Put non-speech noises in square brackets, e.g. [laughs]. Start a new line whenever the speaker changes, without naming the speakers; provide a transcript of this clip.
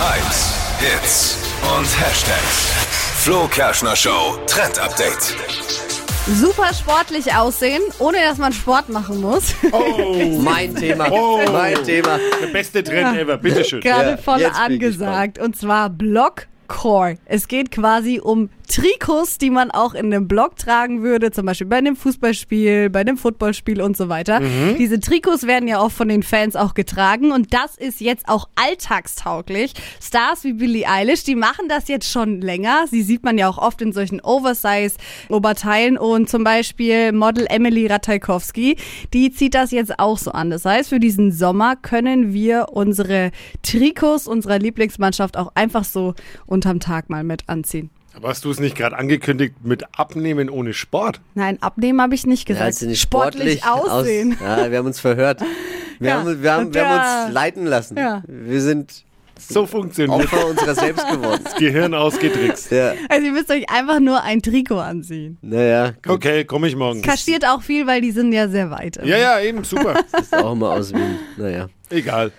Hypes, Hits und Hashtags. Flo Kerschner Show Trend Update.
Super sportlich aussehen, ohne dass man Sport machen muss. [laughs]
Oh,
Mein Thema.
Oh.
Mein Thema.
der beste Trend ever, bitteschön.
Gerade
Ja,
voll
jetzt bin ich
angesagt. Und zwar Blockcore. Es geht quasi um Trikots, die man auch in einem Block tragen würde, zum Beispiel bei einem Fußballspiel, bei einem Footballspiel und so weiter.
Mhm.
Diese Trikots werden ja oft von den Fans auch getragen und das ist jetzt auch alltagstauglich. Stars wie Billie Eilish, die machen das jetzt schon länger. Sie sieht man ja auch oft in solchen Oversize-Oberteilen und zum Beispiel Model Emily Ratajkowski, die zieht das jetzt auch so an. Das heißt, für diesen Sommer können wir unsere Trikots unserer Lieblingsmannschaft auch einfach so unterm Tag mal mit anziehen.
Aber hast du es nicht gerade angekündigt mit Abnehmen ohne Sport?
Nein, abnehmen habe ich nicht
Ja,
gesagt.
also nicht sportlich,
aussehen.
Aus, ja, wir haben uns verhört. Wir,
Ja.
haben, wir, haben, wir
Ja.
haben uns leiten lassen.
Ja.
Wir sind
So funktioniert
Opfer unserer selbst
[laughs]
geworden.
das Gehirn ausgetrickst.
Ja,
Also ihr müsst euch einfach nur ein Trikot anziehen.
naja, guck
Okay, komme ich morgen.
Kaschiert auch viel, weil die sind ja sehr weit.
Ja, ja, eben, super.
das auch mal aus Wien. Naja.
Egal.